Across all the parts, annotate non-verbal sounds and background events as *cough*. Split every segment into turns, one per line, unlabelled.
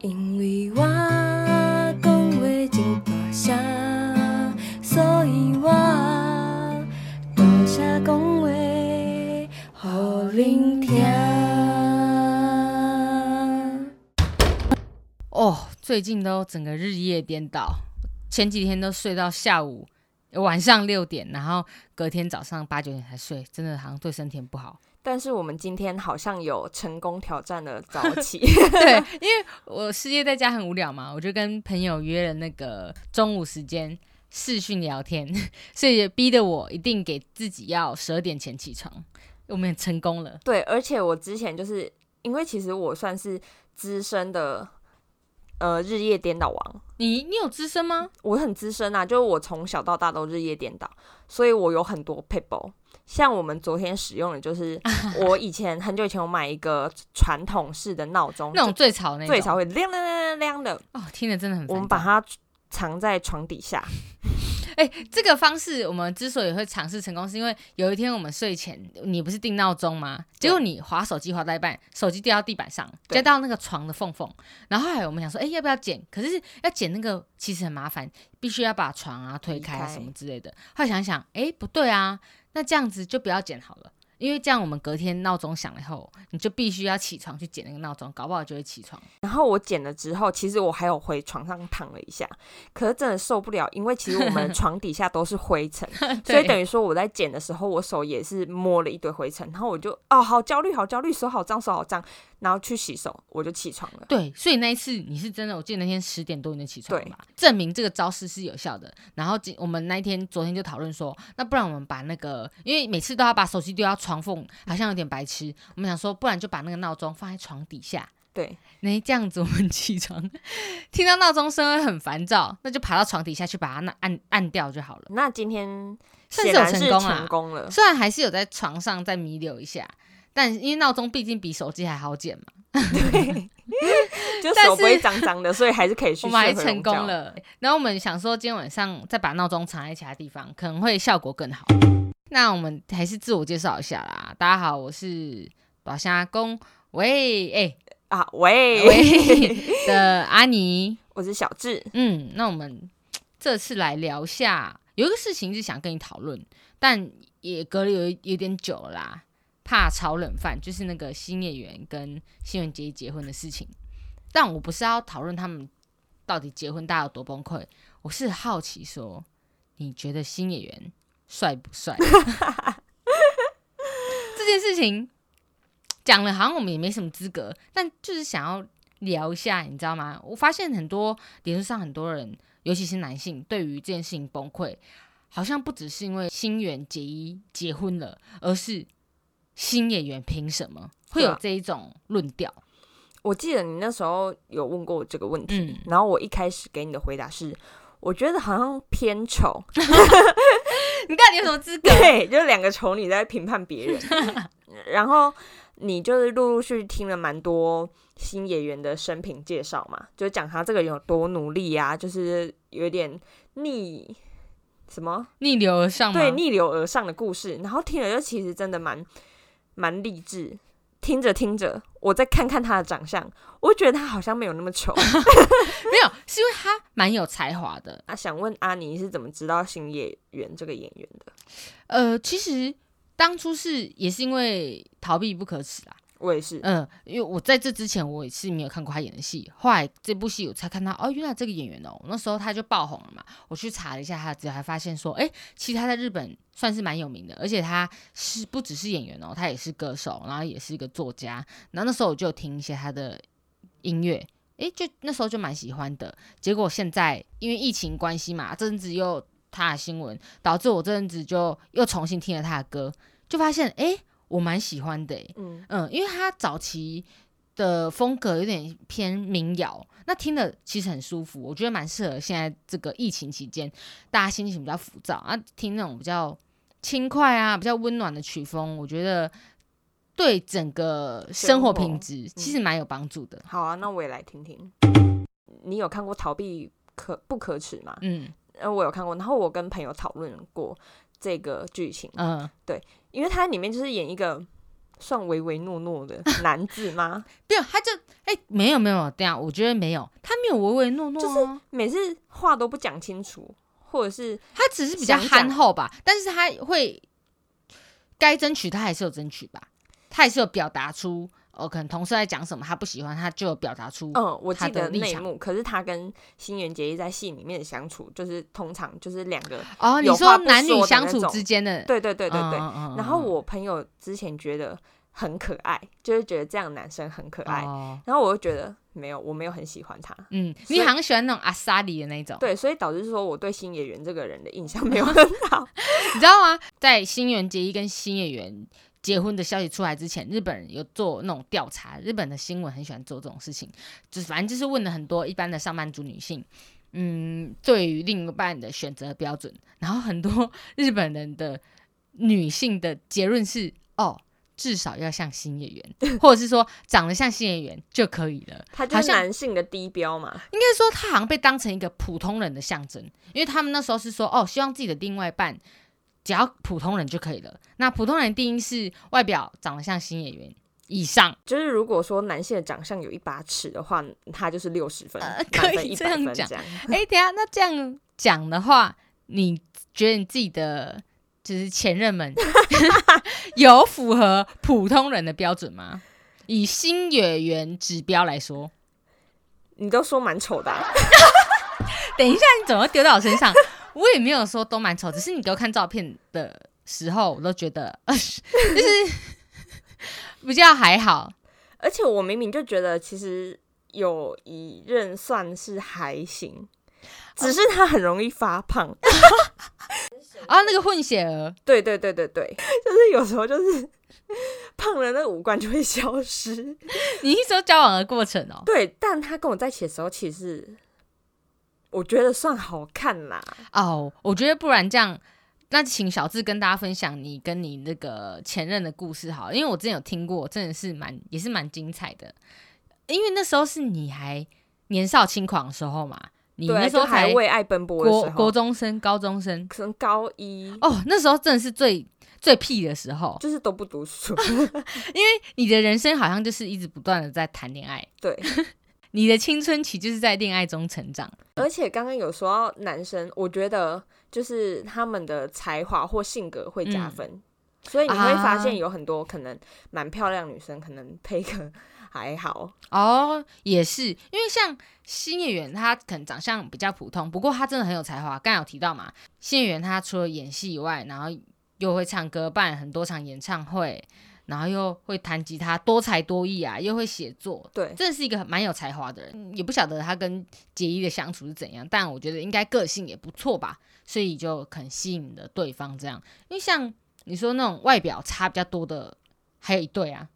因为我讲话真大声，所以我大声讲话，互恁听。
哦，最近都整个日夜颠倒，前几天都睡到下午、呃晚上六点，然后隔天早上八九点才睡，真的好像对身体很不 *laughs* 好。
但是我们今天好像有成功挑战了早
*laughs*
起，
对，因为我失业在家很无聊嘛，我就跟朋友约了那个中午时间视讯聊天， *laughs* 所以也逼得我一定给自己要十二点前起床。我们也成功了，
对，而且我之前就是因为其实我算是资深的，呃，日夜颠倒王，
你你有资深吗？
我很资深啊，就是我从小到大都日夜颠倒，所以我有很多 people。像我们昨天使用的就是
*laughs*
我以前很久以前我买一个传统式的闹钟，
那种嗯最吵
就
那种，
最少会亮亮亮亮亮的，
哦，听着真的很烦躁。
我们把它藏在床底下。
哎、这个方式我们之所以会尝试成功，是因为有一天我们睡前，你不是定闹钟吗？结果你划手机划到一半，手机掉到地板上，
对
掉到那个床的缝缝。然后后来我们想说，哎、要不要捡？可是要捡那个其实很麻烦，必须要把床啊推开
离
啊
开
什么之类的。后来想想，哎、不对啊，那这样子就不要捡好了。因为这样，我们隔天闹钟响了以后，你就必须要起床去捡那个闹钟，搞不好就会起床。
然后我剪了之后，其实我还有回床上躺了一下，可是真的受不了，因为其实我
*laughs*
们床底下都是灰尘，所以等
于
于说我在剪的时候，我手也是摸了一堆灰尘，然后我就哦好焦虑，好焦虑，手好脏，手好脏，然后去洗手，我就起床了。
对，所以那一次你是真的，我记得那天十点多你就起床了
对
吧，证明这个招式是有效的。然后今我们那一天昨天就讨论说，那不然我们把那个，因为每次都要把手机丢到床缝，好像有点白痴。我们想说，不然就把那个闹钟放在床底下，
对，
那这样子我们起床听到闹钟声会很烦躁，那就爬到床底下去把它那按按掉就好了。
那今天
算
显
是有
然
成
是
功啦
成功了，
虽然还是有在床上再弥留一下，但因为闹钟毕竟比手机还好捡嘛。
就
但
手不会
是
脏脏的，所以还是可以去睡
我们还
回
成
笼觉
功。了。然后我们想说，今天晚上再把闹钟藏在其他地方，可能会效果更好。那我们还是自我介绍一下啦。大家好，我是宝虾公喂哎、
啊！喂，
喂的阿尼。
我是小智，
嗯，那我们这次来聊一下，有一个事情是想跟你讨论，但也隔了有一有点久了啦，怕炒冷饭，就是那个新演员跟新垣结衣结婚的事情。但我不是要讨论他们到底结婚大家有多崩溃，我是好奇说，你觉得新演员帅不帅？ *laughs* 这件事情讲了，好像我们也没什么资格，但就是想要聊一下，你知道吗？我发现很多脸书上很多人，尤其是男性，对于这件事情崩溃，好像不只是因为新垣结衣结婚了，而是新演员凭什么会
对
有
啊
这一种论调？
我记得你那时候有问过我这个问题，
嗯
然后我一开始给你的回答是，我觉得好像偏丑，
你到底有什么资
*laughs*
格？
对，就是两个丑女在评判别人。然后你就是陆陆续续听了蛮多新演员的生平介绍嘛，就讲他这个人有多努力啊，就是有点逆什么
逆流而上吗？
对逆流而上的故事，然后听了就其实真的蛮蛮励志。听着听着，我再看看他的长相，我觉得他好像没有那么丑。
没有，是因为他蛮有才华的。
那啊想问阿尼是怎么知道新演员这个演员的？
呃，其实当初是也是因为逃避不可耻啦。
我也是，
嗯、因为我在这之前我也是没有看过他演的戏，后来这部戏我才看到哦，原来这个演员哦，那时候他就爆红了嘛。我去查了一下他的资料，还发现说，哎，其实他在日本算是蛮有名的，而且他是不只是演员哦，他也是歌手，然后也是一个作家。然后那时候我就有听一些他的音乐。诶，就那时候就蛮喜欢的，结果现在因为疫情关系嘛，这阵子又他的新闻，导致我这阵子就又重新听了他的歌，就发现诶，我蛮喜欢的诶。
嗯，
嗯，因为他早期的风格有点偏民谣，那听的其实很舒服，我觉得蛮适合现在这个疫情期间，大家心情比较浮躁啊，听那种比较轻快啊、比较温暖的曲风，我觉得对整个生活嗯品质其实蛮有帮助的。
好啊，那我也来听听。你有看过《逃避可不可耻》吗？
嗯
呃，我有看过，然后我跟朋友讨论过这个剧情，
嗯，
因为它里面就是演一个算唯唯诺诺
*laughs*
的男子吗？
对，他就哎、没有没有，这样我觉得没有，他没有唯唯诺诺、啊，就是
每次话都不讲清楚，或者是
他只是比较
想讲
憨厚吧，但是他会该争取，他还是有争取吧，他还是有表达出，哦，可能同事在讲什么，他不喜欢，他就有表达出，
嗯，我
他
记
的
得
立
那一
场
幕，可是他跟新垣结衣在戏里面的相处，就是通常就是两个，
哦，你
有话
说
不
男
说
女
的
相
那
处
种
之间的，
对对对对对。
嗯，嗯嗯
然后
嗯
我朋友之前觉得很可爱，就是觉得这样的男生很可爱，
哦
然后我就觉得没有，我没有很喜欢他。
嗯，
所
你
以
好像喜欢那种阿萨里的那一种，
对，所以导致说我对新演员这个人的印象没
*laughs*
有很好。
你知道吗？在新垣结衣跟新演员结婚的消息出来之前，日本人有做那种调查，日本的新闻很喜欢做这种事情，就是反正就是问了很多一般的上班族女性。嗯，对嗯于另一半的选择标准，然后很多日本人的女性的结论是，哦，至少要像新演员，或者是说长得像新演员就可以了。
他
好
就是
像
男性的低标嘛，
应该说他好像被当成一个普通人的象征，因为他们那时候是说，哦，希望自己的另外一半只要普通人就可以了。那普通人的定义是外表长得像新演员以 *laughs* 上，
就是如果说男性的长相有一把尺的话，他就是六十分，
呃
满
可
分
以
100
这样
分
讲
这样
哎、等一下，那这样讲的话，你觉得你自己的就是前任 *laughs* 们有符合普通人的标准吗？以新演员指标来说，
你都说蛮丑的啊、
等一下你怎么丢到我身上？ *laughs* 我也没有说都蛮丑，只是你给我看照片的时候，我都觉得 *laughs* 就是比较还好。
而且我明明就觉得其实有一任算是还行，
哦
只是他很容易发胖。
啊，那个混血儿，
对对对对
*laughs*
对，就是有时候就是 *laughs* 胖了，那个五官就会消失。
你一说交往的过程哦、
对，但他跟我在一起的时候，其实我觉得算好看啦。
哦，我觉得不然这样，那请小智跟大家分享你跟你那个前任的故事好了，因为我之前有听过，真的是蛮也是蛮精彩的。因为那时候是你还年少轻狂的时候嘛，你那
对，啊
时候
就还
才
为爱奔波的
国
时
国
候，
中生、高中生，
可能高一
哦，那时候真的是最最屁的时候，
就是都不读书。 *laughs*
你的人生好像就是一直不断的在谈恋爱，
对，
*laughs* 你的青春期就是在恋爱中成长。
而且刚刚有说到男生，我觉得就是他们的才华或性格会加分，所以你会发
嗯啊
现有很多可能蛮漂亮女生，可能配个 *laughs* 还好，
哦，也是，因为像新演员，他可能长相比较普通，不过他真的很有才华。刚才有提到嘛，新演员他除了演戏以外，然后又会唱歌，办很多场演唱会，然后又会弹吉他，多才多艺啊，又会写作，
对，
真的是一个很蛮有才华的人。嗯也不晓得他跟杰伊的相处是怎样，但我觉得应该个性也不错吧，所以就很吸引了对方这样。因为像你说那种外表差比较多的，还有一对啊，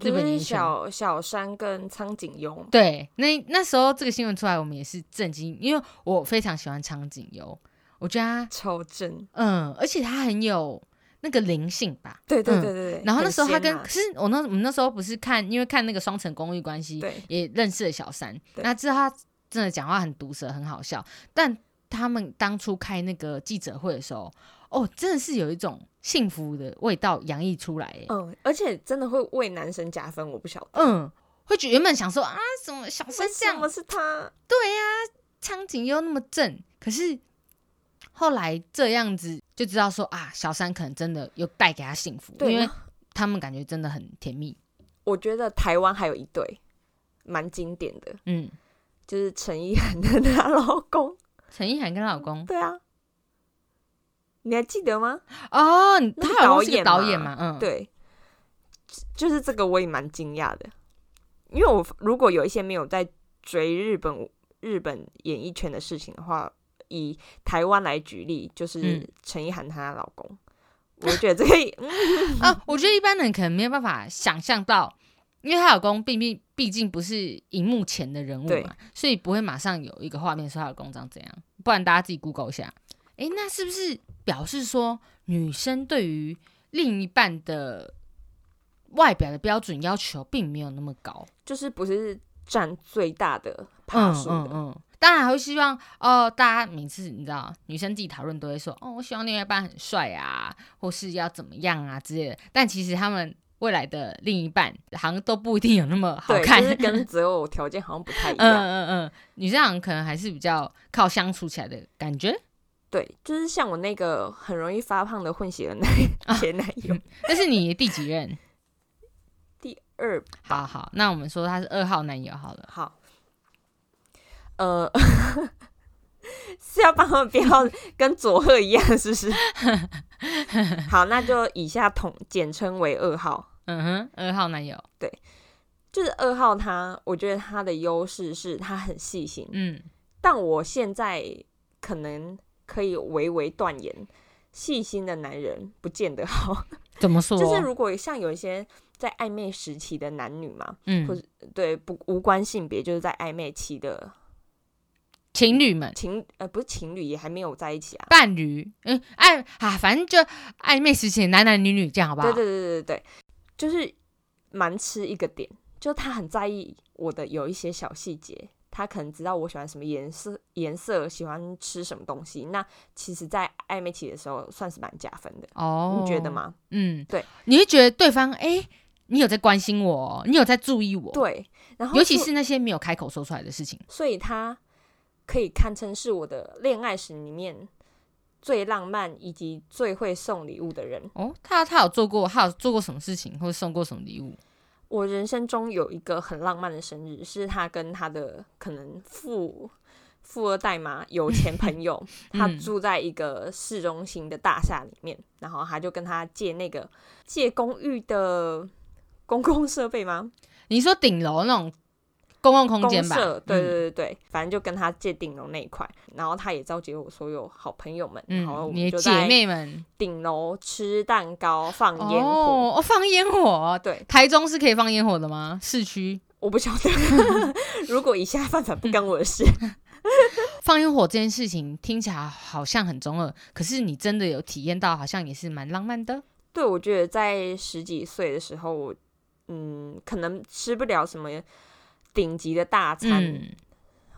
日
就
本
是
演员。
小小山跟苍井优嘛。
对，那那时候这个新闻出来，我们也是震惊，因为我非常喜欢苍井优，我觉得他，
超正，
嗯，而且他很有那个灵性吧。
对对
嗯
对对对。
然后那
很
时候他
仙
跟，
啊
可是我那我们那时候不是看，因为看那个《双层公寓关系》，
对
也认识了小三，
对
那知道他真的讲话很毒舌，很好笑。但他们当初开那个记者会的时候，哦，真的是有一种幸福的味道洋溢出来，哎
嗯，而且真的会为男生加分，我不晓得
嗯，会觉原本想说啊，什么小三
为
这
什
样
么啊是他。
苍井优那么正，可是后来这样子就知道说啊，小三可能真的有带给他幸福，
对
因为
那
他们感觉真的很甜蜜。
我觉得台湾还有一对蛮经典的，
嗯，
就是陈意涵跟她老公。
陈意涵跟她老公
对啊，你还记得吗？
哦，你
那个
她老公是个
导
导
演
演
嘛
嘛？嗯，，
对，就就是这个我也蛮惊讶的，因为我如果有一些没有在追日本日本演艺圈的事情的话，以台湾来举例，就是
嗯
陈意涵她老公，我觉得这个也 *laughs* 嗯
*laughs* 啊，我觉得一般人可能没有办法想象到。因为她老公毕竟毕竟不是荧幕前的人物
对
嘛，所以不会马上有一个画面说她老公长怎样，不然大家自己 Google 一下。诶，那是不是表示说女生对于另一半的外表的标准要求并没有那么高？
就是不是占最大的趴数的。
嗯。当然还会希望哦、大家每次你知道，女生自己讨论都会说，哦，我希望另外一半很帅啊，或是要怎么样啊之类的。但其实他们未来的另一半，好像都不一定有那么好
对，
看。
就是
*laughs*
跟择偶条件好像不太一
嗯
样。
嗯嗯，女生好像可能还是比较靠相处起来的感觉，
对，就是像我那个很容易发胖的混血的男前男友，
但是你第几任？
第二
好好，那我们说他是二号男友好了。
好，呃， *laughs* 是要帮他们不要跟佐贺一样，是不是？好，那就以下统简称为二号。
嗯哼，二号男友，
就是二号他，我觉得他的优势是他很细心，
嗯，
但我现在可能可以微微断言，细心的男人不见得好。
怎么说？
就是如果像有一些在暧昧时期的男女嘛，或
嗯
者，对，不无关性别，就是在暧昧期的
情侣们、
情呃不是情侣，也还没有在一起啊。
伴侣，嗯，暧啊，反正就暧昧时期，男男女女这样好不好？
对对对对对，就是蛮吃一个点，就他很在意我的有一些小细节，他可能知道我喜欢什么颜色，颜色喜欢吃什么东西。那其实，在暧昧期的时候算是蛮加分的，
哦，
你觉得？吗？
嗯，
对，
你会觉得对方，哎、你有在关心我哦，你有在注意我，，
对，然后
尤其
所
是那些没有开口说出来的事情，
所以他可以堪称是我的恋爱史里面最浪漫以及最会送礼物的人。
哦，他他有做过，他有做过什么事情，或者送过什么礼物？
我人生中有一个很浪漫的生日，是他跟他的可能富富二代嘛，有钱朋
*laughs*
友，
嗯
他住在一个市中心的大厦里面，然后他就跟他借那个借公寓的公共设备吗？
你说顶楼那种公共空
公
间吧
社，？对对
嗯
对对，反正就跟他借顶楼那一块，然后他也召集我所有好朋友们，然后我
嗯，你
们
的
就
姐
在
妹们
顶楼吃蛋糕、放烟火。
哦，哦放烟火，
对，
台中是可以放烟火的吗？市区
我不晓
*laughs*
得，如果以下犯法不干我的事， *laughs*
放烟火这件事情听起来好像很中二，可是你真的有体验到，好像也是蛮浪漫的。
对，我觉得在十几岁的时候，我嗯，可能吃不了什么顶级的大餐，
嗯，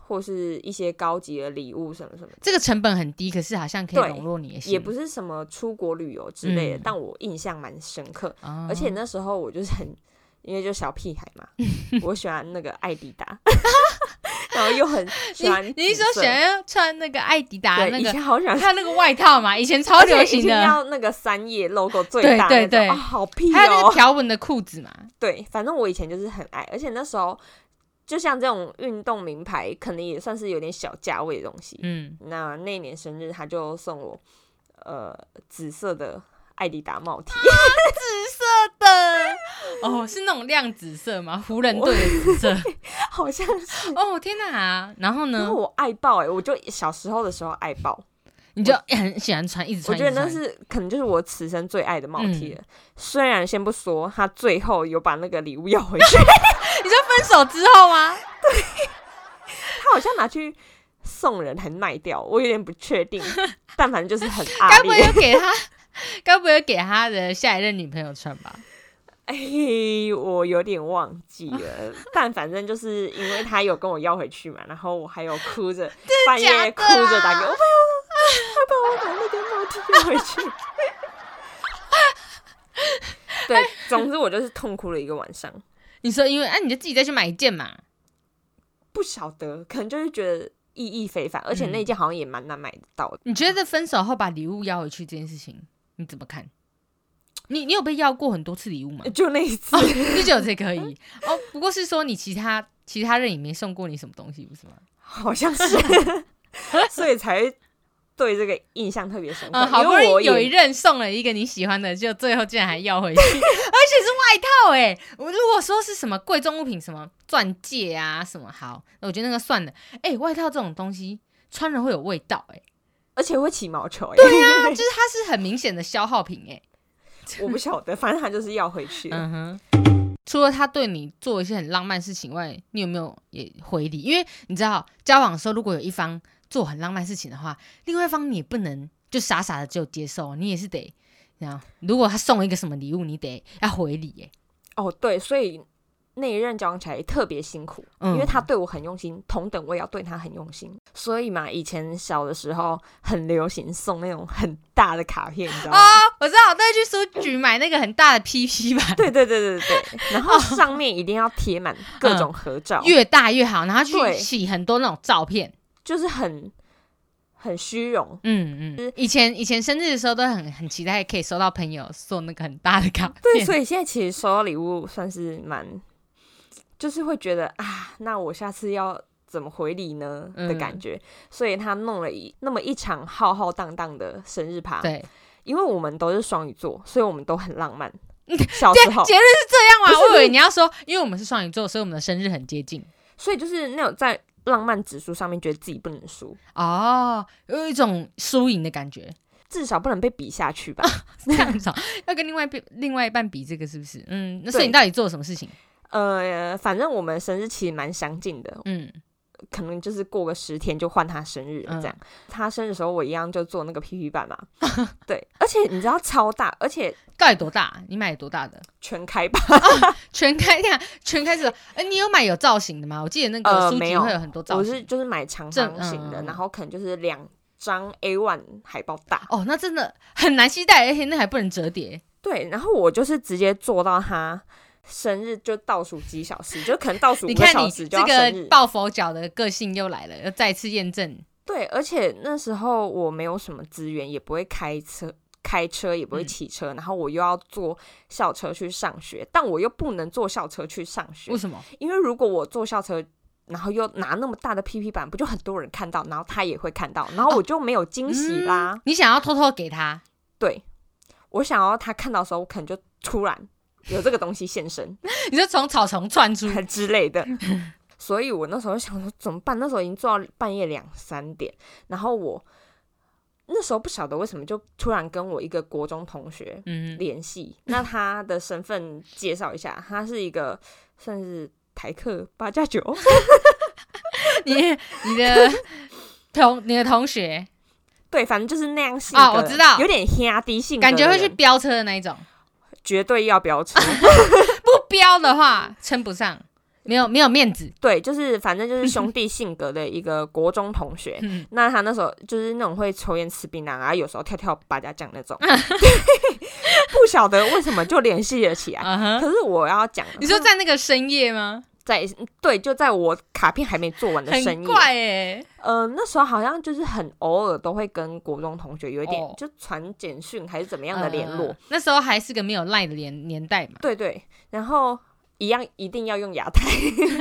或是一些高级的礼物什么什么的，
这个成本很低，可是好像可以
对
笼络你的心，
也不是什么出国旅游之类的，
嗯
但我印象蛮深刻。
啊
而且那时候我就是很，因为就小屁孩
*laughs*
嘛，我喜欢那个艾迪达， *laughs* 然后又很喜欢
*laughs* 你你是
紫
说
色
想要穿那个艾迪达
对，
那
以
个，
前好想
还有那个外套嘛，以前超
而且
流
以
行
前
的，
要那个三叶 logo 最
对
大
对
那种
对
啊好屁
还有那
哦
个！条纹的裤子嘛，
对，反正我以前就是很爱，而且那时候就像这种运动名牌，可能也算是有点小价位的东西。
嗯，
那那年生日，他就送我呃紫色的艾迪达帽 T，
啊的，哦，是那种亮紫色吗？湖人队的紫色，
好像是。
*laughs* 哦天哪！然后
然
呢
后，我爱爆哎、我就小时候的时候爱爆，
你就很喜欢穿，一直
我
穿，
觉得
一直穿嗯
那是可能就是我此生最爱的帽 T 了。虽然先不说他最后有把那个礼物要回去，
你说分手之后吗？
他好像拿去送人还卖掉，我有点不确
*laughs*
定，但反正就是很
该
阿
不会有
烈。
给他， *laughs* 该不会有给他的下一任女朋友穿吧？
*laughs* 哎，我有点忘记了，但反正就是因为他有跟我要回去嘛，然后我还有哭着半夜
假的
哭着打给我朋友，他把我把那个帽 T 要回
*laughs*
去。对，
哎
总之我就是痛哭了一个晚上，
你说因为啊，你就自己再去买一件嘛。
不晓得，可能就是觉得意义非凡，而且
嗯
那件好像也蛮难买得到的。
你觉得分手后把礼物要回去这件事情，你怎么看？你你有被要过很多次礼物吗？
就那一次，
就只有这个而已哦。不过是说你其他其他人也没送过你什么东西，不是吗？
好像
*laughs*
是，所以才对这个印象特别深刻。
嗯，好
因
不
为我
容易有
也
一任送了一个你喜欢的，就最后竟然还要回去， *laughs* 而且是外套哎、我如果说是什么贵重物品，什么钻戒啊什么，好，那我觉得那个算了。哎、外套这种东西穿了会有味道哎、
而且会起毛球、欸，对 *laughs*
它啊就是它是很明显的消耗品哎、
我不晓得，反正他就是要回去了。
嗯哼。除了他对你做一些很浪漫的事情外，你有没有也回礼？因为你知道，交往的时候如果有一方做很浪漫的事情的话，另外一方你也不能就傻傻的就接受，你也是得，然后如果他送了一个什么礼物，你得要回礼耶。
哦，对，所以那一任交往起来也特别辛苦，
嗯
因为他对我很用心，同等我也要对他很用心。所以嘛，以前小的时候很流行送那种很大的卡片，你知道吗？
我知道，那去书局买那个很大的 PP 吧，
对对对对对，
*laughs*
然后上面一定要贴满各种合照，
越大越好，然后去
对
洗很多那种照片。
就是很很虚荣。
嗯嗯，以前以前生日的时候都很很期待可以收到朋友送那个很大的卡片。
对，所以现在其实收到礼物算是蛮，就是会觉得啊，那我下次要怎么回礼呢的感觉。所以他弄了一那么一场浩浩荡荡的生日趴。，
对，
因为我们都是双鱼座，所以我们都很浪漫。 *laughs* 小时候
结，论是这样
不
吗？
是
我以为你要说，因为我们是双鱼座，所以我们的生日很接近。
所以就是那种在浪漫指数上面觉得自己不能输，
哦，有一种输赢的
*laughs*
感觉，
至少不能被比下去吧。
这样子哦、要跟另外一边另外一半比这个是不是？嗯，那所以
对
你到底做了什么事情？
呃，反正我们生日其实蛮相近的，
嗯，
可能就是过个十天就换他生日了这样。他生日的时候，我一样就做那个 PP
*laughs*
版嘛。对，而且你知道超大，而且
到底多大？你买多大的？
全开版，
全开这样，全开始。哎，你有买有造型的吗？我记得那个
呃
书
没
籍
有
会有很多造
我
型。
是就是买长方形的，
正嗯嗯嗯
然后可能就是两张 A one 海报大。
哦，那真的很难期待，而哎且那还不能折叠。
对，然后我就是直接做到他生日就倒数几小时，就可能倒数
你
五个
看
小
你
时就要
这
生
个
日。
抱佛脚的个性又来了，要再次验证。
对，而且那时候我没有什么资源，也不会开车，开车也不会
嗯
骑车，然后我又要坐校车去上学，但我又不能坐校车去上学
为，什么？
因为如果我坐校车。然后又拿那么大的 PP 板，不就很多人看到，然后他也会看到，然后我就没有惊喜啦。
你想要偷偷给他？
对，我想要他看到的时候，我可能就突然有这个东西现身 *laughs*
你就从草丛窜出？
之类的。所以我那时候想说怎么办？那时候已经做到半夜两三点，然后我那时候不晓得为什么就突然跟我一个国中同学
嗯，
联系。那他的身份介绍一下，他是一个算是台客八加九， *laughs*
你你的同你的同学，
对，反正就是那样性格的
哦我知道
有点压低性格的
感
人，
觉会去飙车的那一种，
绝对要飙
*laughs*
车。
不飙的话称不上，没有没有面子。
对，就是反正就是兄弟性格的一个国中同学。
嗯，
那他那时候就是那种会抽烟、吃槟榔啊，有时候跳跳八家将
*laughs*
那种，不晓得为什么就联系了起来。
*laughs* 啊哈，
可是我要讲，
你说在那个深夜吗？
在对，就在我卡片还没做完的深
很
夜，
怪哎，
呃，那时候好像就是很偶尔都会跟国中同学有一点、
哦
就传简讯还是怎么
这
样的联络，
那时候还是个没有赖的年年代嘛，
对对，然后一样一定要用牙台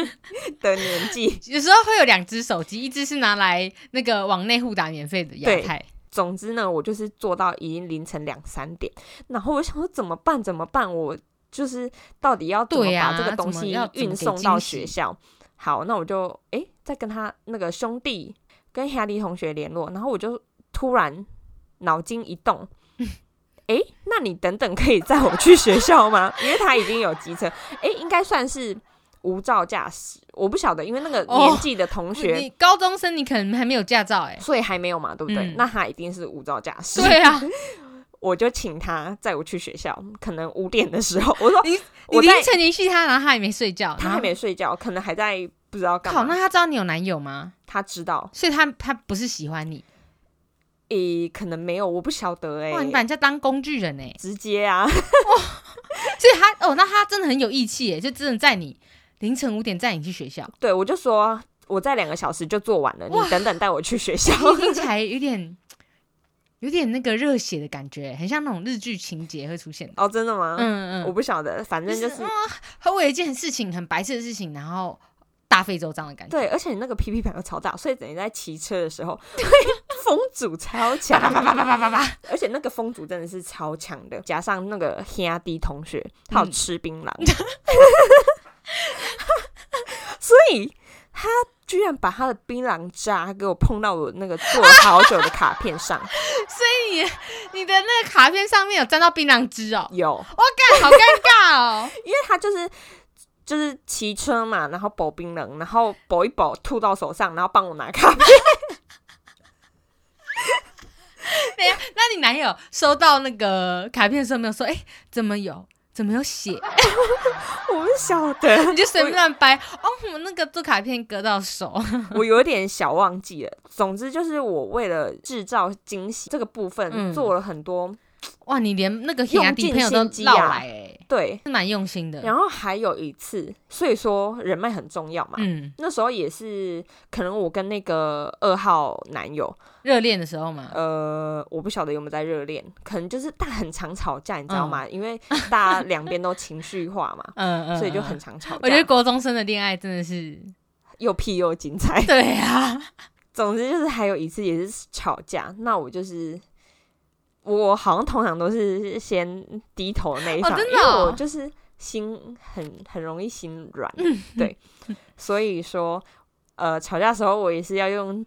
*laughs* 的年纪。
有时候会有两只手机，一只是拿来那个往内互打免费的亚
对
太，
总之呢，我就是做到已经凌晨两三点，然后我想说怎么办？怎么办？我就是到底要怎么
对呀
把这个东西
怎么要怎么
运
给
送到
惊喜
学校？好，那我就诶再跟他那个兄弟跟哈迪同学联络，然后我就突然脑筋一
*laughs*
动。诶，那你等等可以载我去学校吗？ *laughs* 因为他已经有机车，诶，应该算是无照驾驶，我不晓得，因为那个
哦
年纪的同学，
你高中生你可能还没有驾照
*laughs*
哎、
所以还没有嘛，对不对？
嗯
那他一定是无照驾驶。
对啊，
我就请他载我去学校，可能五点的时候，我说
你
*laughs* 我在
凌晨联系他，然后他还没睡觉，
他
然
还
后
没睡觉，可能还在不知道干
靠，那
嘛。
他知道你有男友吗？
他知道，
所以他他不是喜欢你，
诶、可能没有，我不晓得诶、
哇，你把人家当工具人哎、
直接啊， *laughs*
所以他哦，那他真的很有义气哎，就真的在你凌晨五点载你去
*laughs*
学校，
对我就说我在两个小时就做完了，你
哇
等等带我去学
*laughs*
校。
听起来有点有点那个热血的感觉，欸很像那种日剧情节会出现的。
哦，真的吗？
嗯哦
我
嗯，
不晓得，反正就是
他为了一件事情很白痴的事情，然后大费周章的感觉。
对，而且你那个 PP 板又超大，所以等于在骑车的时候会 *laughs* 风阻超强，而且那个风阻真的是超强的，加上那个黑迪同学他有
嗯
吃槟榔，所以他居然把他的槟榔渣给我碰到我那个做了好久的卡片上，
你的那个卡片上面有沾到槟榔汁哦，
有，
干好尴
*laughs*
尬哦。
因为他就是。就是骑车嘛，然后剥槟榔，然后剥一剥吐到手上，然后帮我拿卡片。
那你男友收到那个卡片的时候没有说，哎、怎么有？怎么有血？
我不晓得，
你就随便乱掰。哦，我那个做卡片割到手，
我有点小忘记了。总之就是我为了制造惊喜这个部分，
嗯
做了很多
哇！你连那个
用
黑底
尽
朋友都
心机
绕
啊
来、欸，
对。
是蛮用心的。
然后还有一次，所以说人脉很重要嘛。
嗯，
那时候也是，可能我跟那个二号男友，
热恋的时候嘛，
呃，我不晓得有没有在热恋，可能就是大很常吵架，你知道
*laughs*
吗？因为大家两边都情绪化嘛，
嗯嗯，
呃所以就很
嗯。
常吵
我觉得
架，
国中生的恋爱真的是，
又屁又精彩。
对啊，
总之就是还有一次也是吵架，那我就是我好像通常都是先低头的那一
哦
方，
真的
因为
哦
我就是心很很容易心软，
嗯
对，所以说呃吵架的时候我也是要用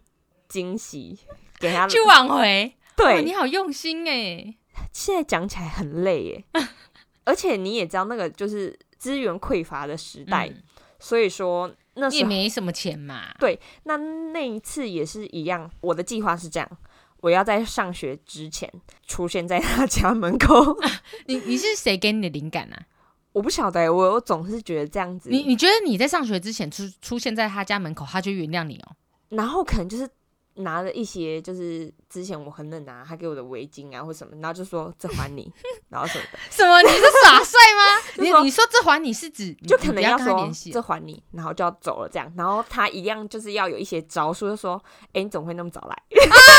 惊喜给
*laughs*
他，
去挽回。哇哦你
对，
好用心哎，
现在讲起来很累
*laughs*
耶，而且你也知道那个就是资源匮乏的时代，
嗯
所以说那
你
时
也
候。
没什么钱嘛。
那那一次也是一样，我的计划是这样。我要在上学之前出现在他家门口。 *laughs*
你你是谁给你的灵感啊？
我不晓得欸、我我总是觉得这样子，
你你觉得你在上学之前出出现在他家门口，他就原谅你哦？
然后可能就是拿了一些，就是之前我很能拿他给我的围巾啊或什么，然后就说这还
*laughs*
你，然 *laughs* 后什么的，
什么？你是耍帅吗？
*laughs* 就说
你你说这还你是指你
就可能
你不要跟他
说
联系哦
这还你，然后就要走了这样。然后他一样就是要有一些招数，就说哎、你怎么会那么早来？ *laughs*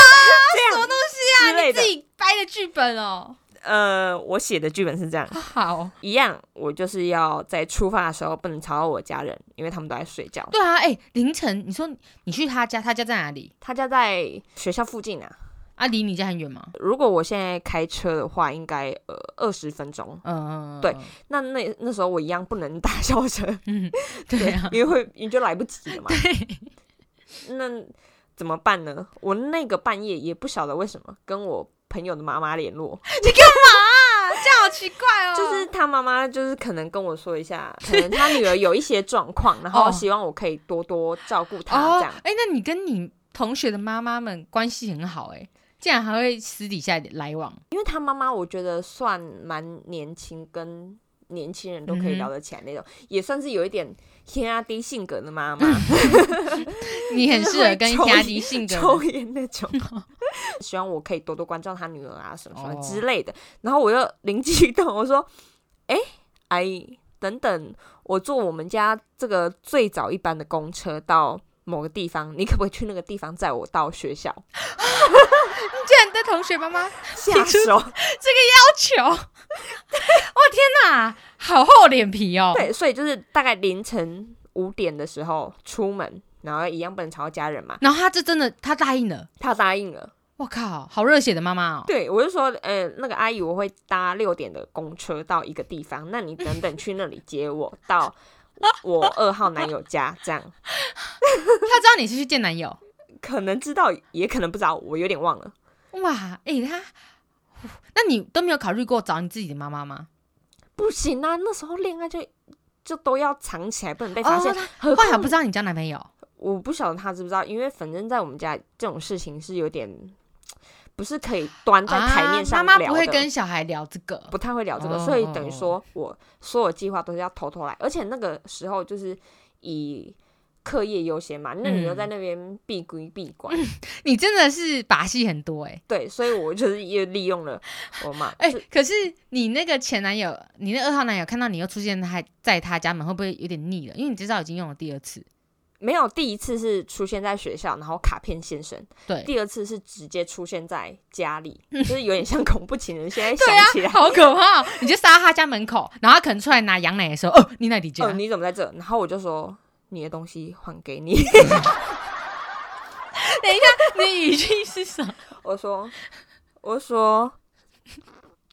这样
啊？
之类
你
的
自。己掰的剧本哦。
呃，我写的剧本是这样。
好，
一样，我就是要在出发的时候不能吵到我家人，因为他们都在睡觉。
对啊，哎、凌晨你说你去他家，他家在哪里？
他家在学校附近啊。
啊，离你家很远吗？
如果我现在开车的话，应该呃二十分钟。
嗯，嗯
对，那那那时候我一样不能打校车，
嗯，对啊，
因为会你就来不及了嘛。
对，
那怎么办呢？我那个半夜也不晓得为什么跟我朋友的妈妈联络，
啊，这样好奇怪哦。
就是他妈妈就是可能跟我说一下，可能他女儿有一些状
*laughs*
况，然后希望我可以多多照顾她
哦，
这样
哎、。那你跟你同学的妈妈们关系很好哎、竟然还会私底下来往，
因为他妈妈，我觉得算蛮年轻，跟年轻人都可以
嗯
聊得起来那种，也算是有一点天压低性格的妈妈，
你很适合跟
就是会抽
压低 *laughs* 性格
抽
的。
烟那
*laughs*
种。希望我可以多多关照他女儿啊，什么什么
哦
之类的。然后我又灵机一动，我说：“哎、阿姨，等等，我坐我们家这个最早一班的公车到某个地方，你可不可以去那个地方载我到学校？”
*laughs* 你竟然对同学妈妈要
下手。
*laughs* 求，哇天哪，好厚脸皮哦。
对，所以就是大概凌晨五点的时候出门，然后一样不能吵到家人嘛，
然后他这真的，他答应了。
他答应了。
我靠，好热血的妈妈
*laughs*
哦！
对我就说，呃，那个阿姨，我会搭六点的公车到一个地方，那你等等去那里接我到我二号男友家，这样
他知道你是去见男友，
可能知道，也可能不知道，我有点忘了。
哇，哎、他，那你都没有考虑过找你自己的妈妈吗？
不行啊，那时候恋爱就就都要藏起来，不能被
哦
发现。
他
何
幻想
况
不知道你交男朋友，
*laughs* 我不晓得他知不知道，因为反正在我们家这种事情是有点不是可以端在台面上
啊妈
聊的。
妈不会跟小孩聊这个，
不太会聊这个，
哦
所以等于说我所有计划都是要偷偷来，而且那个时候就是以课业优先嘛，那你又
嗯
在那边闭归闭关，
你真的是把戏很多哎、
*laughs* 对，所以我就是也利用了我
*laughs*
妈，
哎、
就
可是你那个前男友，你那二号男友看到你又出现他在他家门，会不会有点腻了？因为你知道已经用了第二次，
没有第一次是出现在学校，然后卡片先生，
对，
第二次是直接出现在家
*laughs*
里，就是有点像恐怖情人，现在
对
想起
啊，
来。
好可怕哦！你就杀到他家门口，然后他可能出来拿羊奶的时候，哦，你哪里家？
哦，你怎么在这？然后我就说你的东西还给你。
等一下，你语气是什么？
我说，我说，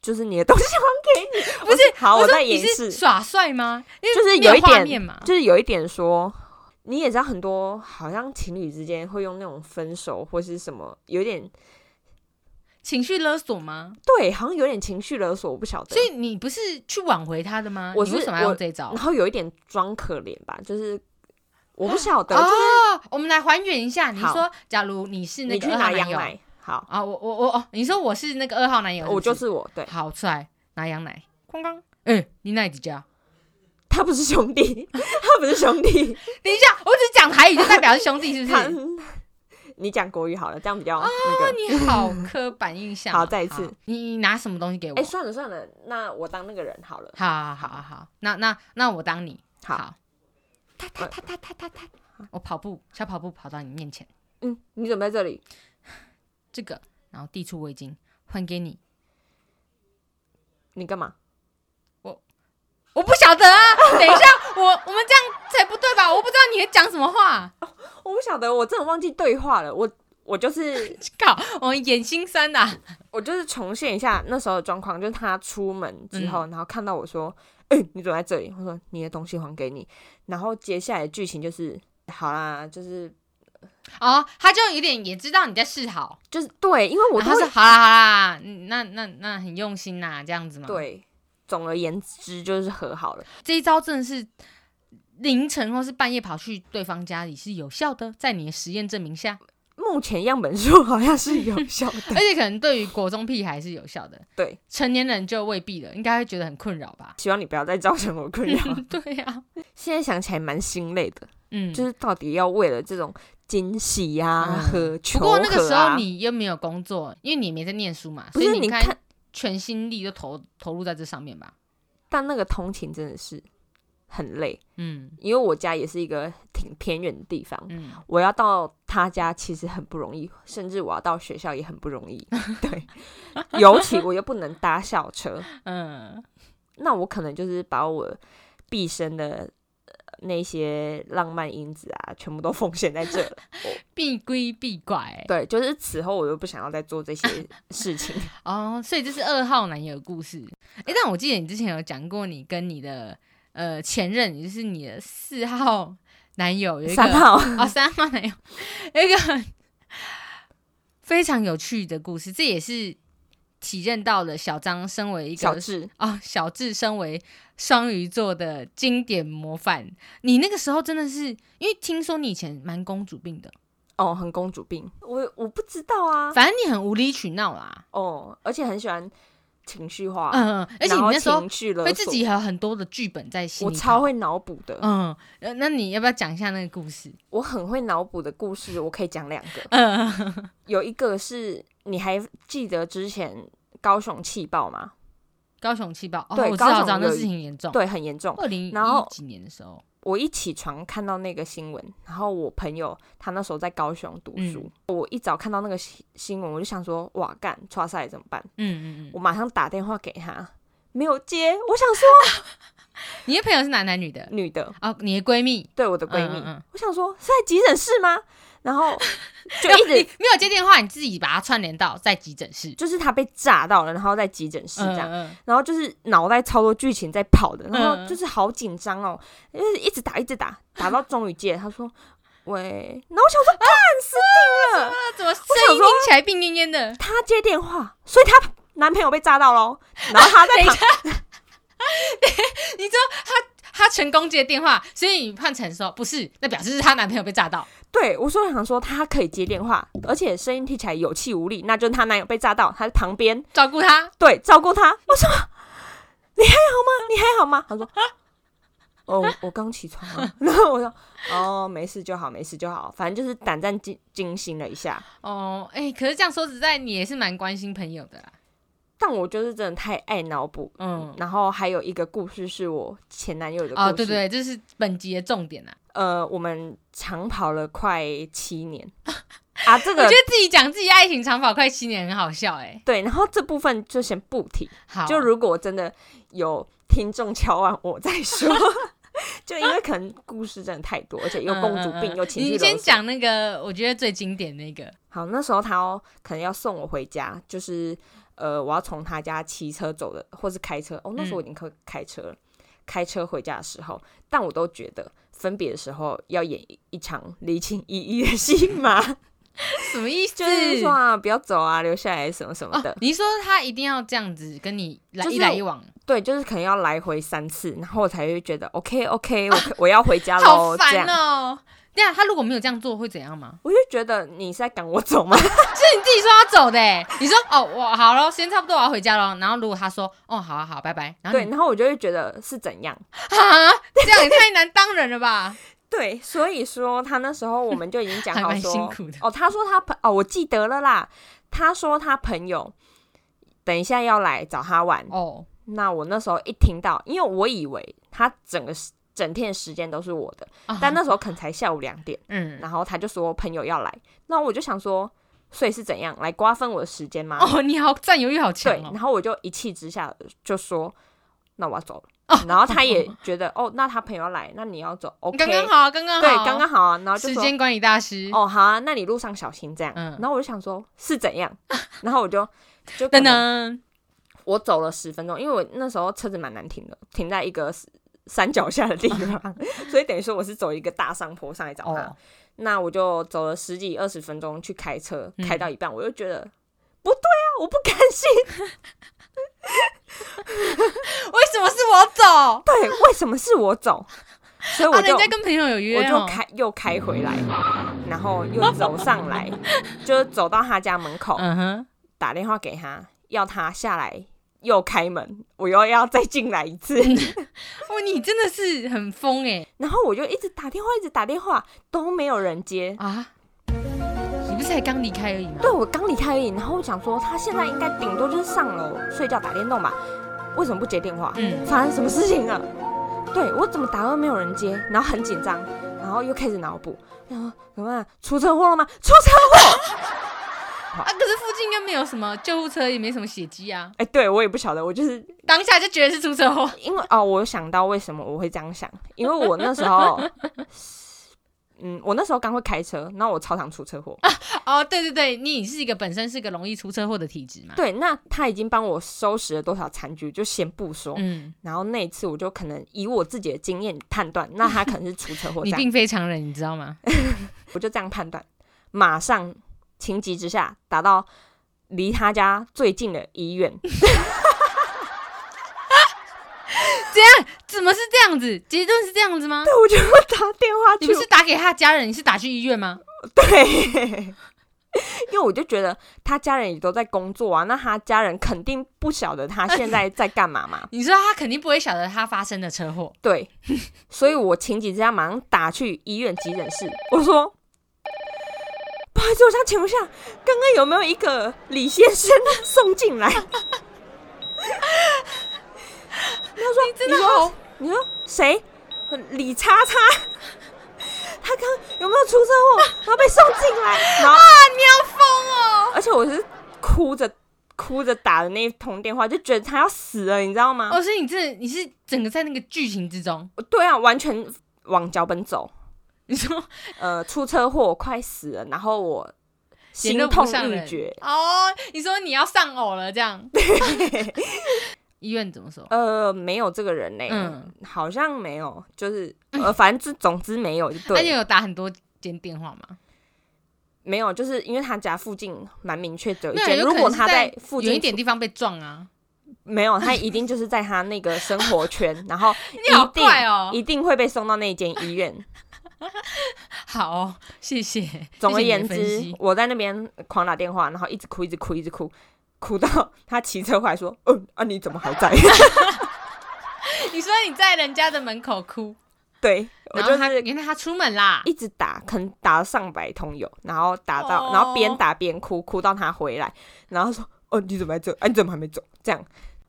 就是你的东西还给你。不是，好，我
说
在
你
掩
是
饰，
耍帅吗？因为
就是
没有
有一
画
点
面嘛，
就是有一点说，你也知道很多好像情侣之间会用那种分手或是什么，有点
情绪勒索吗？
对，好像有点情绪勒索，我不晓得
所。以你不是去挽回他的吗？
我
你为
是
什么要用
我
这一招
*laughs* 然？后有一点装可怜吧，就是我不晓得，
啊哦
就是
我们来还原一下，你
好
说，假如你是那
你
个啊
去
二
拿
号男
羊
友
奶，好，
哦啊，我我我哦，你说我是那个二号男友，
我就是是我，对
不是好出来拿羊奶，咣咣，哎、你奈迪加，
他不是兄弟， *laughs* 他不是兄弟，
等一下，我只讲台语 *laughs* 就代表是兄弟，是不哦
他 *laughs*
是？
你讲国语好了，这样比较那个。
你好刻板印象哦。
好再一次
好，你你拿什么东西给我
哎、？算了算了，那我当那个人好了。
好好好好好，那那那我当你
好，
他他他他他他他，我跑步小跑步跑到你面前，
嗯，你准备这里，
这个，然后递出围巾还给你，
你干嘛？
我不晓得啊，等一下，我我们这样才不对吧？我不知道你会讲什么话，
我不晓得，我真的忘记对话了。我我就是
靠，我们演心酸啊呐、
我就是重现一下那时候的状况，就是他出门之后，然后看到我说：“哎、你怎么在这里？”我说：“你的东西还给你。”然后接下来的剧情就是，好啦，就是
哦，他就有点也知道你在示好，
啊就是对，因为我
然
都
后他
会
说好啦好啦，嗯那那那很用心呐、这样子嘛。，
对。总而言之，就是和好了。
这一招真的是凌晨或是半夜跑去对方家里是有效的，在你的实验证明下，
目前样本数好像是有效的，
而
*laughs*
且可能对于国中屁孩是有效的，
对，
成年人就未必了，应该会觉得很困扰吧？ *laughs*
希望你不要再造成我 *laughs* 困扰。
对呀、
现在想起来蛮心累的，
嗯，
就是到底要为了这种惊喜呀、
嗯
和求
不
和、啊，
过那个时候你又没有工作，因为你也没在念书嘛，
不
所
是
以
你
看
看
全心力都投投入在这上面吧。
但那个通勤真的是很累，
嗯
因为我家也是一个挺偏远的地方，
嗯，
我要到他家其实很不容易，甚至我要到学校也很不容
*laughs*
易。对，尤其我又不能搭校车，
嗯，
那我可能就是把我毕生的。呃那些浪漫因子啊，全部都奉献在这了。
必归必怪、
对，就是此后我又不想要再做这些事情。
哦，所以这是二号男友的故事。哎、但我记得你之前有讲过，你跟你的呃前任，也就是你的四号男友有一个
三号，
哦，三号男友 *laughs* 有一个非常有趣的故事，这也是体认到了小张身为一个
小智，
哦，小智身为双鱼座的经典模范，你那个时候真的是因为听说你以前蛮公主病的，
哦，很公主病，我我不知道啊，
反正你很无理取闹啦，
哦，而且很喜欢情绪化，
嗯，而且你
然后
那时候
情绪勒
会
索，
自己有很多的剧本在心
我
里，
超，会脑补的，
嗯，呃那你要不要讲一下那个故事？
我很会脑补的故事，我可以讲两个，
嗯， *laughs*
有一个是你还记得之前高雄气爆吗？
高雄气爆，哦，
对
我知
高
道，
雄
我知道那
有
事情很严重，，
对，很严重。
二零
然后
一几年的时候，
我一起床看到那个新闻，然后我朋友他那时候在高雄读
嗯
书，我一早看到那个新新闻，我就想说，哇，干，抓塞怎么办？
嗯嗯
我
嗯，
马上打电话给他，没有接。我想说，
你的朋友是男男女的？
女的，
哦，你的闺蜜，
对我的闺蜜，
嗯嗯嗯
我想说是在急诊室吗？然
*laughs*
后就一
没有你
直
没有接电话，你自己把它串联到在急诊室，
就是他被炸到了，然后在急诊室这样，
嗯，嗯
然后就是脑袋超多剧情在跑的，然
嗯
后就是好紧张哦，就是一直打一直打，打到终于接了，他说喂，然后我想说干死定了，
那啊怎
呃
么
我
声
想
音
说
听起来病恹恹的？
他接电话，所以她男朋友被炸到喽，然后她在
等一
旁
她成功接电话，所以你判成说不是，那表示是她男朋友被炸到。
对我说想说她可以接电话，而且声音听起来有气无力，那就是她男友被炸到，她在旁边
照顾她，
对，照顾他。我说：“你还好吗？你还好吗？”他说：“哦，我刚起床、
*laughs*
啊。” *laughs* 然后我说：“哦，没事就好，没事就好。”反正就是胆战惊惊心了一下。
哦，哎、可是这样说实在，你也是蛮关心朋友的啦。
但我就是真的太爱脑补。
嗯，
然后还有一个故事是我前男友的故事。
哦，对。对，这是本集的重点啊啦。
呃，我们长跑了快七年啊，这
*laughs* 我觉
个
得自己讲自己爱情长跑快七年很好笑哎、
对。然后这部分就先不提。
好，
就如果真的有听众敲完我再
*laughs*
说，就因为可能故事真的太多，而且又公主病、
嗯嗯嗯
又情绪
你
勒索
先讲那个，我觉得最经典那个，
好，那时候他哦，可能要送我回家，就是呃，我要从他家骑车走的，或是开车。哦，那时
嗯
候我已经开开车了，开车回家的时候，但我都觉得分别的时候要演一一场离情依依的戏码， *laughs*
什么意思？
就是说啊，不要走啊，留下来什么什么的。
哦，你说他一定要这样子跟你来、
就是
一来一往，
对，就是可能要来回三次，然后我才会觉得 OK OK，我可、我要回家喽，
*laughs* 好
这
烦
样。
哦、对啊，他如果没有这样做会怎样吗？
我就觉得你是在赶我走
*laughs*
吗？
是你自己说要走的、欸，你说哦，我好了，时间差不多，我要回家了。然后如果他说哦，好啊，好，拜拜，然后
对，
你
然后我就会觉得是怎样？
啊，这样也太难当人了吧？
对，所以说他那时候我们就已经讲
*laughs* 还
好
蛮
说，
辛苦的
哦，他说他朋哦，我记得了啦，他说他朋友等一下要来找他玩。
*laughs* 哦，
那我那时候一听到，因为我以为他整个时整天时间都是我的，
啊
但那时候可能才下午两点，
嗯，
然后他就说朋友要来，那我就想说，所以是怎样来瓜分我的时间吗？
哦，你好占有欲好强
对，
哦
然，后我就一气之下就说，那我要走了。
哦
然后他也觉得哦，那他朋友要来，那你要走，OK，
刚刚好啊，刚刚好，
对，刚刚好啊。然后就
时
说
间管理大师。
哦，好啊，那你路上小心这样。
嗯
然后我就想说，是怎
*laughs*
样？然后我就就可
噔
能
噔，
我走了十分钟，因为我那时候车子蛮难停的，停在一个 s- 山脚下的地
*laughs*
方，所以等于说我是走一个大上坡上来找他。
哦，
那我就走了十几二十分钟去开车，
嗯
开到一半我就觉得。不对啊！我不甘心。 *laughs*
为什么是我走？
对，为什么是我走？所以我
啊，
就、
人家跟朋友有约
我
哦
就，开又开回来，然后又走上来，就是走到他家门口，
嗯哼，
打电话给他，要他下来又开门，我又要再进来一次。
哦，你真的是很疯哎
*laughs* 然后我就一直打电话，一直打电话都没有人接。
啊！你不是才刚离开而已吗？
对我刚离开而已，然后我想说他现在应该顶多就是上楼睡觉打电动吧，为什么不接电话？
嗯，
发生什么事情了？ *laughs* 对我怎么打都没有人接，然后很紧张，然后又开始脑补，然后怎么办？出车祸了吗？ *laughs* 出车祸！
啊，可是附近应该没有什么救护车，也没什么血迹啊。
哎、对我也不晓得，我就是
当下就觉得是出车祸。
因为哦，我想到为什么我会这样想，因为我那时
*laughs*
候，嗯，我那时候刚会开车，然后我超常出车祸。
*laughs* 哦，对对对，你是一个本身是个容易出车祸的体质嘛？，
对，那他已经帮我收拾了多少残局，就先不说。
嗯，
然后那一次，我就可能以我自己的经验判断，那他可能是出车祸这
*laughs* 你
样，
并非常人，你知道 *laughs* 吗？
我就这样判断，马上情急之下打到离他家最近的医院。
怎么是这样子？结论是这样子吗？
*laughs* 我就打电话
你
去
不是打给他家人，你是打去医院吗？。
对， *laughs* 因为我就觉得他家人也都在工作啊，那他家人肯定不晓得他现在在干嘛 *laughs* 嘛
你知道他肯定不会晓得他发生的车祸。
对，所以我情急之下马上打去医院急诊室，我说：“不好意思，我想请问一下，刚刚有没有一个李先生送进来？”
你 *laughs* 真的好，
你说谁？李叉叉，他刚有没有出车祸？然后被送进来，然后
你好疯哦！
而且我是哭着哭着打的那一通电话，就觉得他要死了，你知道吗？
哦，所以你真的你是整个在那个剧情之中。 *laughs*
对啊，完全往脚本走。
你说
呃，出车祸快死了，然后我
联
心
络
痛
不上
欲
人
绝。
哦，你说你要丧偶了这 *laughs* 样？医院怎么说？
呃，没有这个人嘞、
嗯
好像没有，就是呃，反正之总之没有就
那
对
你
了，
有打很多间电话吗？
没有，就是因为他家附近蛮明确的有一
没有
间，
有
如
可
果
能是
他
在
附近
远一点地方被撞啊！
没有，他一定就是在他那个生活
*laughs*
圈，然后一
你好
定、
怪哦，
一定会被送到那间医院。
好哦，谢谢。
总而
谢谢
言
你的分析
之，我在那边狂打电话，然后一直哭，一直哭，一直哭，哭到他骑车回来说：“嗯啊，你怎么还在 *laughs*
你说你在人家的门口哭，？”
对，我
然后
就
他
是
原来他出门啦，
一直打，可能打了上百通有，然后打到，
哦
然后边打边哭，哭到他回来，然后说：“哦，你怎么还走？啊，你怎么还没走？”这样。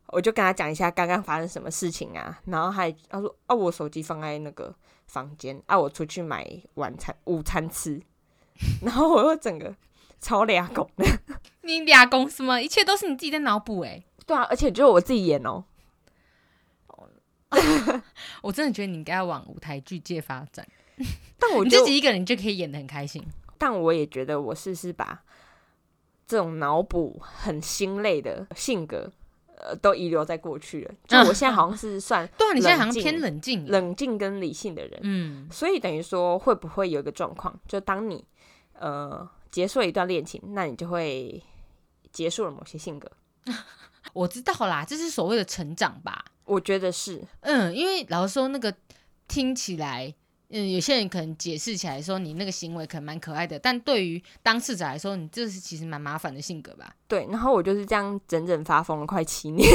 我就跟他讲一下刚刚发生什么事情啊，然后还他说啊，我手机放在那个房间，啊，我出去买晚餐午餐吃， *laughs* 然后我又整个超俩狗， *laughs*
你俩公什么，一切都是你自己在脑补哎。
对啊，而且就是我自己演哦，
我真的觉得你应该往舞台剧界发展，
但我
你
就
自己一个人就可以演得很开心。
但我也觉得我是是把这种脑补很心累的性格，呃，都遗留在过去了。就我现在好像是算
对啊，你现在好像
冷静
偏冷静耶，
冷静跟理性的人，
嗯，
所以等于说会不会有一个状况，就当你呃结束了一段恋情，那你就会结束了某些性格。
我知道啦，这是所谓的成长吧。
我觉得是，
嗯，因为老实说，那个听起来，嗯、嗯，有些人可能解释起来说你那个行为可能蛮可爱的，但对于当事者来说，你这是其实蛮麻烦的性格吧？
对，然后我就是这样整整发疯了快七年，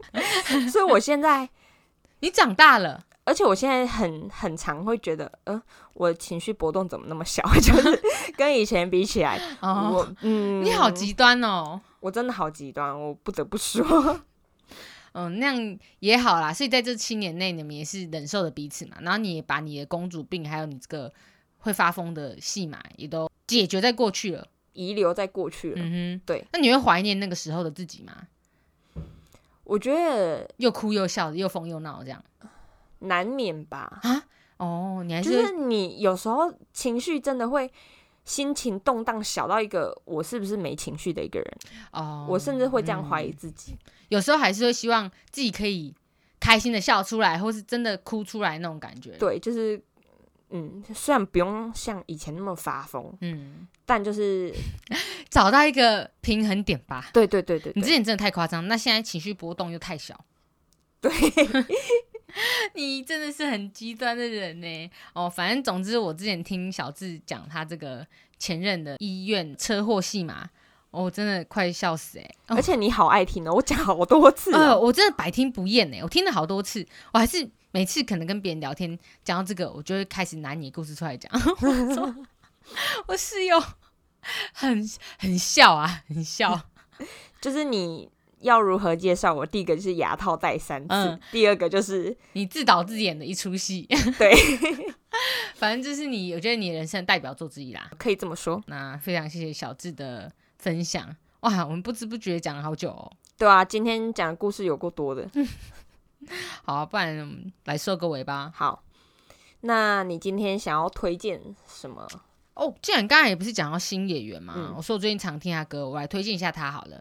*laughs* 所以我现在，
你长大了，
而且我现在很很常会觉得，呃，我的情绪波动怎么那么小？ *laughs* 就是跟以前比起来，
哦，
我嗯，
你好，极端哦，
我真的好极端，我不得不说， *laughs*
嗯，那样也好啦。所以在这七年内，你们也是忍受了彼此嘛，然后你也把你的公主病，还有你这个会发疯的戏码，也都解决在过去了。
遗留在过去了。
嗯哼，
对。
那你会怀念那个时候的自己吗？
我觉得
又哭又笑的，又疯又闹这样？
难免吧，
哦，你还
就是是你有时候情绪真的会。心情动荡小到一个我是不是没情绪的一个人，
哦，
我甚至会这样怀疑
嗯
自己。
有时候还是会希望自己可以开心的笑出来，或是真的哭出来那种感觉。，
对，就是嗯，虽然不用像以前那么发疯，
嗯，
但
*laughs*
就是
找到一个平衡点吧。
对对对对
你之
对，
前真的太夸张，那现在情绪波动又太小。
对，
你真的是很极端的人呢。哦，反正总之，我之前听小智讲他这个前任的医院车祸戏嘛，哦我、真的快笑死哎、哦
而且你好爱听哦，我讲好多次
呃，
哦，
我真的百听不厌呢，欸我听了好多次，我还是每次可能跟别人聊天讲到这个，我就会开始拿你的故事出来讲。 *laughs* 我说我室友很很笑啊，很笑。
就是你要如何介绍我？第一个就是牙套戴三次
嗯，
第二个就是
你自导自演的一出戏，
对，
*laughs* 反正就是你，我觉得你人生的代表作之一啦。
可以这么说，
那非常谢谢小智的分享，哇，我们不知不觉讲了好久哦。
对啊，今天讲的故事有够多的，
嗯好、啊，不然我们来收个尾吧。
好。那你今天想要推荐什么？
哦，既然刚才也不是讲到新演员嘛，
嗯
我说我最近常听他歌，我来推荐一下他好了。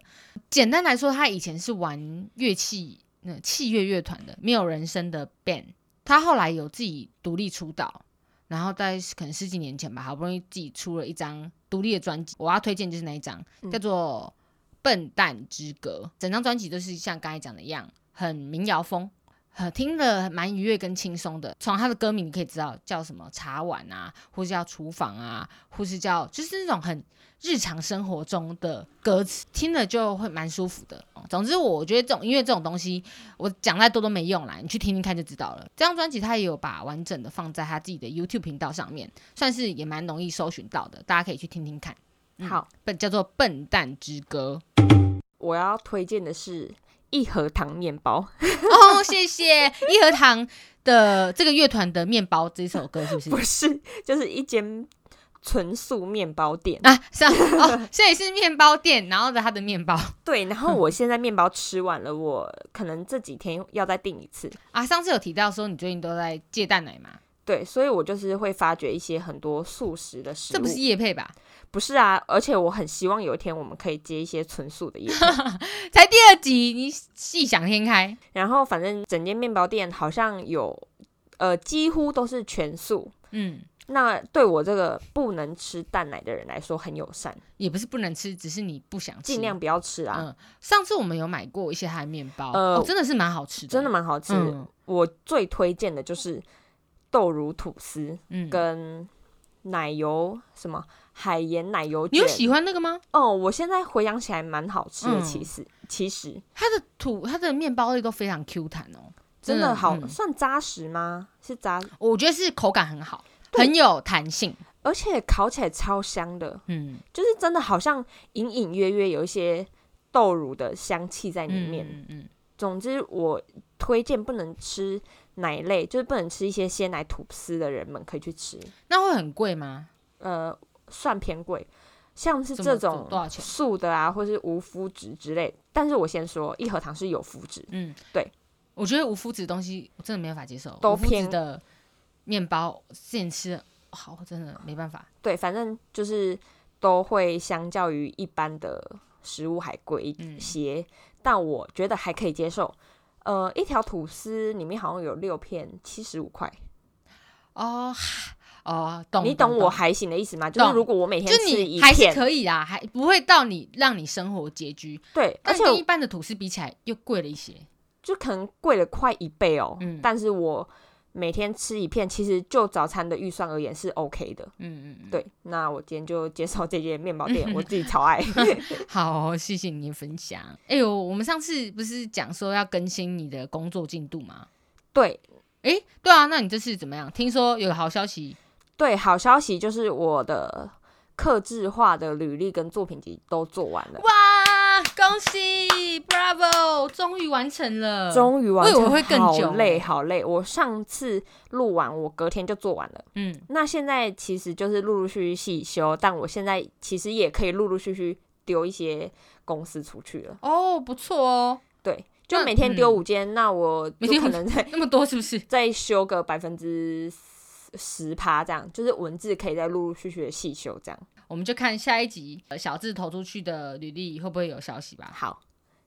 简单来说，他以前是玩乐器，那器乐乐团的，没有人声的 band。他后来有自己独立出道，然后在可能十几年前吧，好不容易自己出了一张独立的专辑。我要推荐就是那一张，
嗯
叫做《笨蛋之歌》。整张专辑都是像刚才讲的一样，很民谣风。呃，听了蛮愉悦跟轻松的。从他的歌名你可以知道叫什么茶碗啊，或是叫厨房啊，或是叫就是那种很日常生活中的歌词，听了就会蛮舒服的。哦总之，我觉得这种音乐这种东西，我讲再多都没用啦，你去听听看就知道了。这张专辑他也有把完整的放在他自己的 YouTube 频道上面，算是也蛮容易搜寻到的，大家可以去听听看。嗯
好，
笨叫做《笨蛋之歌
我要推荐的是一盒糖面包，》
哦，谢谢一和堂的这个乐团的《面包》这首歌是不是？
不是，就是一间纯素面包店。
*laughs* 啊，是啊，哦，所以是面包店，然后的他的面包 *laughs*
对，然后我现在面包吃完了，我可能这几天要再订一次。
啊。上次有提到说你最近都在戒蛋奶嘛，
对，所以我就是会发掘一些很多素食的食物。
这不是叶配吧？
不是啊，而且我很希望有一天我们可以接一些纯素的业配
*laughs* 才第二集，你细想天开
然后反正整间面包店好像有，呃，几乎都是全素。
嗯。
那对我这个不能吃蛋奶的人来说很友善，
也不是不能吃，只是你不想吃。
尽量不要吃啊，
嗯，上次我们有买过一些它的面包，
呃
哦、真的是蛮好吃的，
真的蛮好吃的。
嗯
我最推荐的就是豆乳吐司
嗯，
跟奶油什么海盐奶油
你
卷
有。喜欢那个吗？
哦，我现在回想起来蛮好吃的，
嗯
其实、其实
它的土，它的面包粒都非常 Q 弹哦，
真的好、
嗯
算扎实吗？是扎，
我觉得是口感很好，
对
很有弹性，
而且烤起来超香的，
嗯，
就是真的好像隐隐约约有一些豆乳的香气在里面。
嗯嗯
总之，我推荐不能吃奶类，就是不能吃一些鲜奶吐司的人们可以去吃，
嗯，那会很贵吗？
呃，算偏贵。像是
怎么
这种
多少钱
素的啊，或是无麸质之类，但是我先说，一盒糖是有麸质，
嗯，
对，
我觉得无麸质的东西我真的没办法接受，
都
无麸质
偏
的面包，之前吃的好，我真的没办法，
对，反正就是都会相较于一般的食物还贵一
嗯
些，但我觉得还可以接受。呃，一条吐司里面好像有六片，七十五块。
哦哦，懂，
你
懂
懂我。还行的意思吗？就
懂
是如果我每天
就
吃一
你还是
片，
可以啦，还不会到你让你生活拮据，
对，而
但
且
跟一般的吐司比起来又贵了一些。
就可能贵了快一倍哦。
嗯
但是我每天吃一片，其实就早餐的预算而言是 OK 的。
嗯嗯，
对，那我今天就介绍这间面包
*laughs*
店，我自己超爱。 *laughs*
嗯，好，谢谢你的分享。哎、呦，我们上次不是讲说要更新你的工作进度吗？
对
哎、对啊，那你这次怎么样？听说有个好消息，
对，好消息就是我的克制化的履历跟作品集都做完了，
哇，恭喜，Bravo，终于完成了，
终于完
我以
成，
为会更久欸
好累好累。我上次录完，我隔天就做完了。
嗯，
那现在其实就是陆陆续续细修，但我现在其实也可以陆陆续续丢一些公司出去了。
哦，不错哦，
对，就
那
每天丢
嗯
五间，那我
每
就
天
可
五
能再
那么多是不 *laughs* 是？
再修个百分之十趴，这样就是文字可以再陆陆续续的细修，这样
我们就看下一集呃小智投出去的履历会不会有消息吧。
好。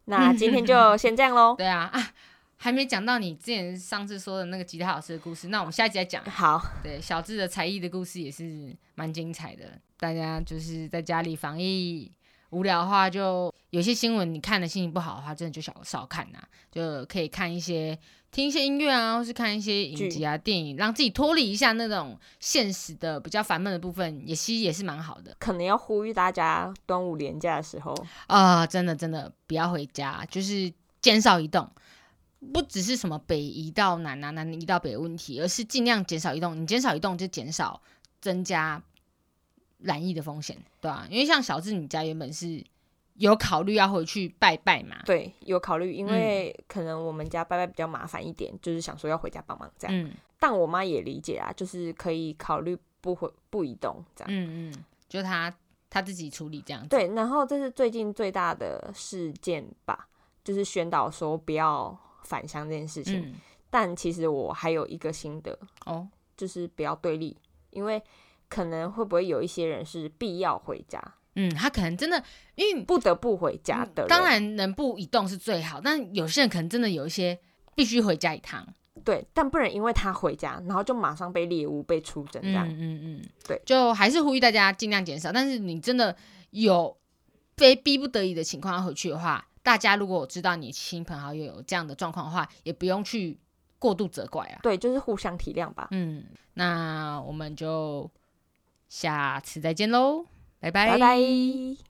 那今天就先这样
*laughs*
喽。
对啊啊，还没讲到你之前上次说的那个吉他老师的故事，那我们下一集再讲。
好，
对，小智的才艺的故事也是蛮精彩的。大家就是在家里防疫无聊的话就，有些新闻你看了心情不好的话，真的就少少看呐、就可以看一些听一些音乐啊，或是看一些影集啊、电影，让自己脱离一下那种现实的比较烦闷的部分，也其实也是蛮好的。
可能要呼吁大家，端午连假的时候，
啊、真的真的不要回家，就是减少移动，不只是什么北移到南啊、南移到北的问题，而是尽量减少移动。你减少移动就减少增加染疫的风险，对啊，因为像小智，你家原本是有考虑要回去拜拜嘛，
对，有考虑，因为
嗯
可能我们家拜拜比较麻烦一点，就是想说要回家帮忙这样。
嗯
但我妈也理解啊，就是可以考虑不回不移动这样。
嗯嗯，就他他自己处理这样子，
对，然后这是最近最大的事件吧，就是宣导说不要返乡这件事情。
嗯，
但其实我还有一个心得，
哦，
就是不要对立，因为可能会不会有一些人是必要回家，
嗯，他可能真的因为
不得不回家的人。
当然能不移动是最好，但有些人可能真的有一些必须回家一趟，
对，但不能因为他回家，然后就马上被猎物被出征这样。
嗯嗯嗯，
对，
就还是呼吁大家尽量减少。但是你真的有非逼不得已的情况要回去的话，大家如果我知道你亲朋好友有这样的状况的话，也不用去过度责怪啊。
对，就是互相体谅吧。
嗯，那我们就下次再见喽，拜
拜拜。